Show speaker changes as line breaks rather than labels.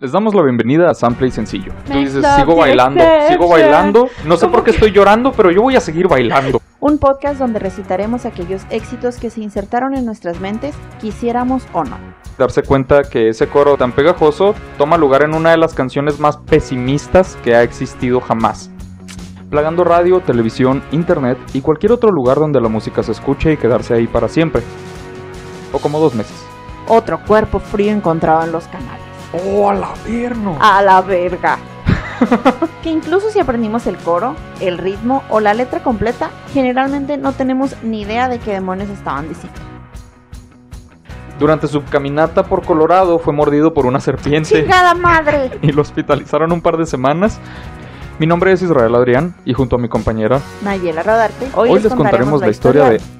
Les damos la bienvenida a Sample y Sencillo. Tú
Make
dices,
love
sigo
the
bailando, sigo
exception.
bailando. No sé
¿Cómo
por qué estoy llorando, pero yo voy a seguir bailando.
Un podcast donde recitaremos aquellos éxitos que se insertaron en nuestras mentes, quisiéramos o no.
Darse cuenta que ese coro tan pegajoso toma lugar en una de las canciones más pesimistas que ha existido jamás. Plagando radio, televisión, internet y cualquier otro lugar donde la música se escuche y quedarse ahí para siempre. O como dos meses.
Otro cuerpo frío encontrado en los canales.
¡Oh, al averno!
A la verga. que incluso si aprendimos el coro, el ritmo o la letra completa, generalmente no tenemos ni idea de qué demonios estaban diciendo.
Durante su caminata por Colorado fue mordido por una serpiente.
¡Chingada madre!
y lo hospitalizaron un par de semanas. Mi nombre es Israel Adrián y junto a mi compañera
Nayela Rodarte, hoy,
hoy, les contaremos la historia de